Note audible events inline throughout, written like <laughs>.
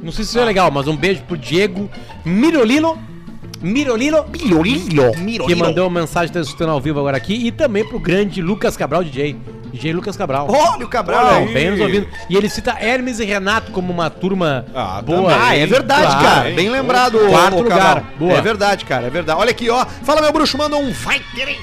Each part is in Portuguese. Não sei se isso é legal, mas um beijo pro Diego Mirolino. Mirolino. Pirolilho. Que mandou uma mensagem, tá escutando ao vivo agora aqui. E também pro grande Lucas Cabral, DJ. DJ Lucas Cabral. Olha o Não, Cabral. aí. bem nos ouvindo. E ele cita Hermes e Renato como uma turma Ah, boa. Ah, é verdade, Claro. cara. hein? Bem lembrado, ô, Quarto ô, lugar. Cabral. Boa. É verdade, cara. É verdade. Olha aqui, ó. Fala, meu bruxo, manda um vai ter aí.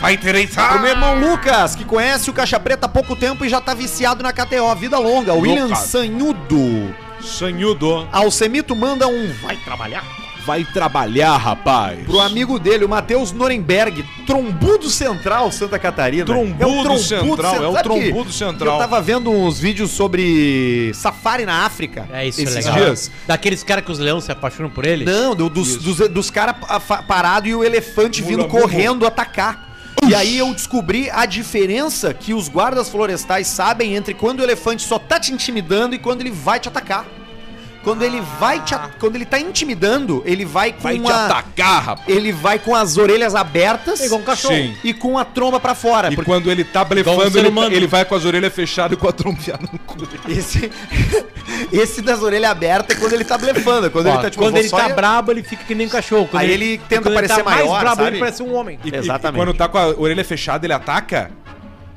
Vai interessar. Pro meu irmão Lucas, que conhece o Caixa Preta há pouco tempo e já tá viciado na KTO. Vida longa. William Lucas. Sanhudo. Sanhudo. Alcemito manda um vai trabalhar. Vai trabalhar, rapaz. Pro amigo dele, o Matheus Norenberg, Trombudo Central, Santa Catarina. um Trombudo Central, é o Sabe que Trombudo Central. Eu tava vendo uns vídeos sobre safari na África. É isso, esses é legal. dias. Daqueles caras que os leões se apaixonam por ele. Não, do- dos, dos, dos caras parados e o elefante Mula, vindo mula. correndo atacar. E aí eu descobri a diferença que os guardas florestais sabem entre quando o elefante só tá te intimidando e quando ele vai te atacar. Quando ele Ah. vai te a- quando ele tá intimidando, ele vai com Vai te a- atacar, rapaz. ele vai com as orelhas abertas É igual um cachorro. Sim. e com a tromba pra fora, É, E porque quando ele tá Igual um blefando, ser ele, humano. ele vai com as orelhas fechadas e com a trompeada no cu. esse <laughs> esse das orelhas abertas é quando ele tá blefando, é quando Ó, ele tá tipo quando vou ele só tá ir- brabo, ele fica que nem um cachorro. Quando Aí ele tenta quando tá parecer maior, mais brabo, sabe? ele parece um homem. E- e- Exatamente. E, quando tá com a orelha fechada, ele ataca?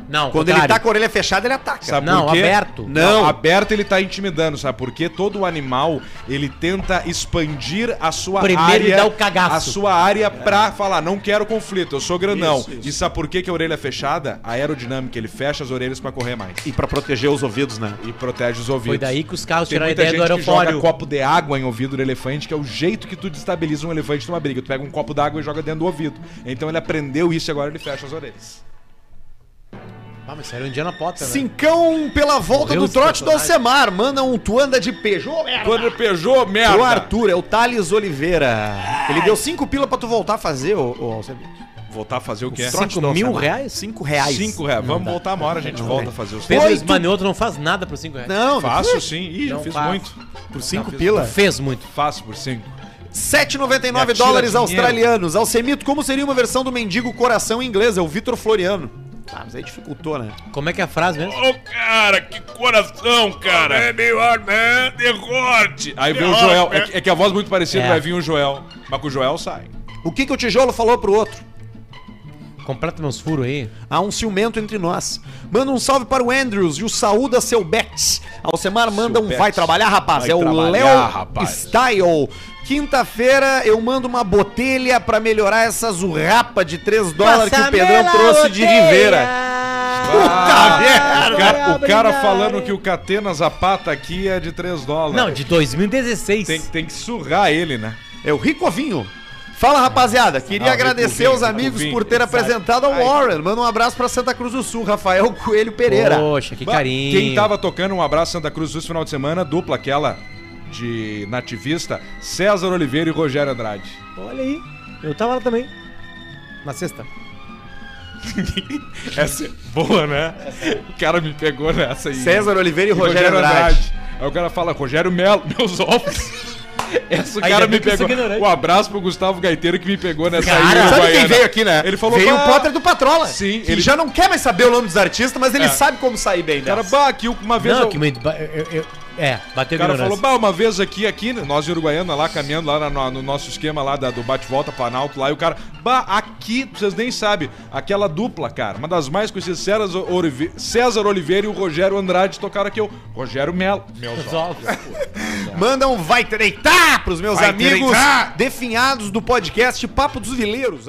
Não, Quando ele tá com a orelha fechada, ele ataca. Sabe Não, por quê? aberto. Não. aberto ele tá intimidando, sabe? Porque todo animal, ele tenta expandir a sua Primeiro área. ele dá o cagaço. É. A sua área pra falar, não quero conflito, eu sou grandão. Isso, isso. E sabe por que, que a orelha é fechada? A aerodinâmica, ele fecha as orelhas pra correr mais. E pra proteger os ouvidos, né? E protege os Foi ouvidos. daí que os carros Tem tiraram a muita ideia gente do que joga aerofólio. copo de água em ouvido do elefante, que é o jeito que tu destabiliza um elefante numa briga. Tu pega um copo d'água e joga dentro do ouvido. Então ele aprendeu isso e agora ele fecha as orelhas. Ah, mas saiu um dia na pota, né? Cincão pela volta Morreu do os trote do personagens. Alcemar. Manda um tuanda de Peugeot. Quando ele pejou, merda! O Arthur, é o Thales Oliveira. Ele deu cinco pila pra tu voltar a fazer, ô, ô Alcemar. Voltar a fazer o que é? Cinco Trote do mil Alcemar. reais? Cinco reais. Cinco reais. Vamos voltar uma hora, a gente volta a fazer os Pedro Oito. Esmanioto não faz nada por 5 reais. Não, Faço sim. Ih, já Não fiz faço. muito. por cinco pila. Fez muito. Faço por cinco. 7,99 Me atira dólares dinheiro. australianos. Alcemito, como seria uma versão do mendigo coração inglês? É o Vitor Floriano. Ah, mas aí dificultou, né? Como é que é a frase mesmo? Ô, cara, que coração, cara. É melhor, né? Derrote. Aí vem o Joel. É, que- é que a voz muito parecida É. vai vir o Joel. Mas com o Joel sai. O que, que o tijolo falou pro outro? Completa meus furos aí. Há um ciumento entre nós. Manda um salve para o Andrews e o saúda seu Bex. Alcemar manda um Bex. vai trabalhar, rapaz. Vai é o trabalhar, Léo rapaz. Style. Quinta-feira eu mando uma botelha pra melhorar essa zurrapa de 3 dólares que o Pedrão trouxe de Ribeira. Ah, merda! o cara, o cara falando que o Catena Zapata aqui é de 3 dólares. Não, de 2016. Tem, tem que surrar ele, né? É o Ricovinho. Fala rapaziada, queria Ah, o agradecer Ricovinho, aos amigos Ricovinho, por ter exato. apresentado ao Warren. Manda um abraço pra Santa Cruz do Sul, Rafael Coelho Pereira. Poxa, que Bah, carinho. Quem tava tocando um abraço Santa Cruz esse final de semana, dupla aquela de nativista, César Oliveira e <laughs> Rogério Andrade. Olha aí. Eu tava lá também. Na sexta. Essa é boa, né? O cara me pegou nessa aí. César Oliveira e e Rogério Andrade. Aí o cara fala, Rogério Melo, <laughs> meus ovos. Essa o Ainda cara bem me que eu sou pegou. ignorante. Um abraço pro Gustavo Gaiteiro que me pegou nessa aí. é Cara, sabe quem Uruguaiana. veio aqui, né? Ele falou, veio o "Bah, Potter do Patrola. Sim, que ele- já não quer mais saber o nome dos artistas, mas ele É. sabe como sair bem Cara, dela. bah, aqui uma vez. Não, eu- que me... ba- eu- eu- eu- É, bateu O cara falou, ignorância. bah, uma vez aqui, aqui, né, nós de Uruguaiana lá, caminhando lá na- no, no nosso esquema lá da- do bate-volta, Planalto lá, e o cara, bah, aqui, vocês nem sabem, aquela dupla, cara, uma das mais conhecidas, César, Orive- César Oliveira e o Rogério Andrade tocaram aqui, o Rogério Melo, meus Os olhos. ovos. Manda um vai treitar pros meus Vai amigos treitar! definhados do podcast Papo dos Vileiros.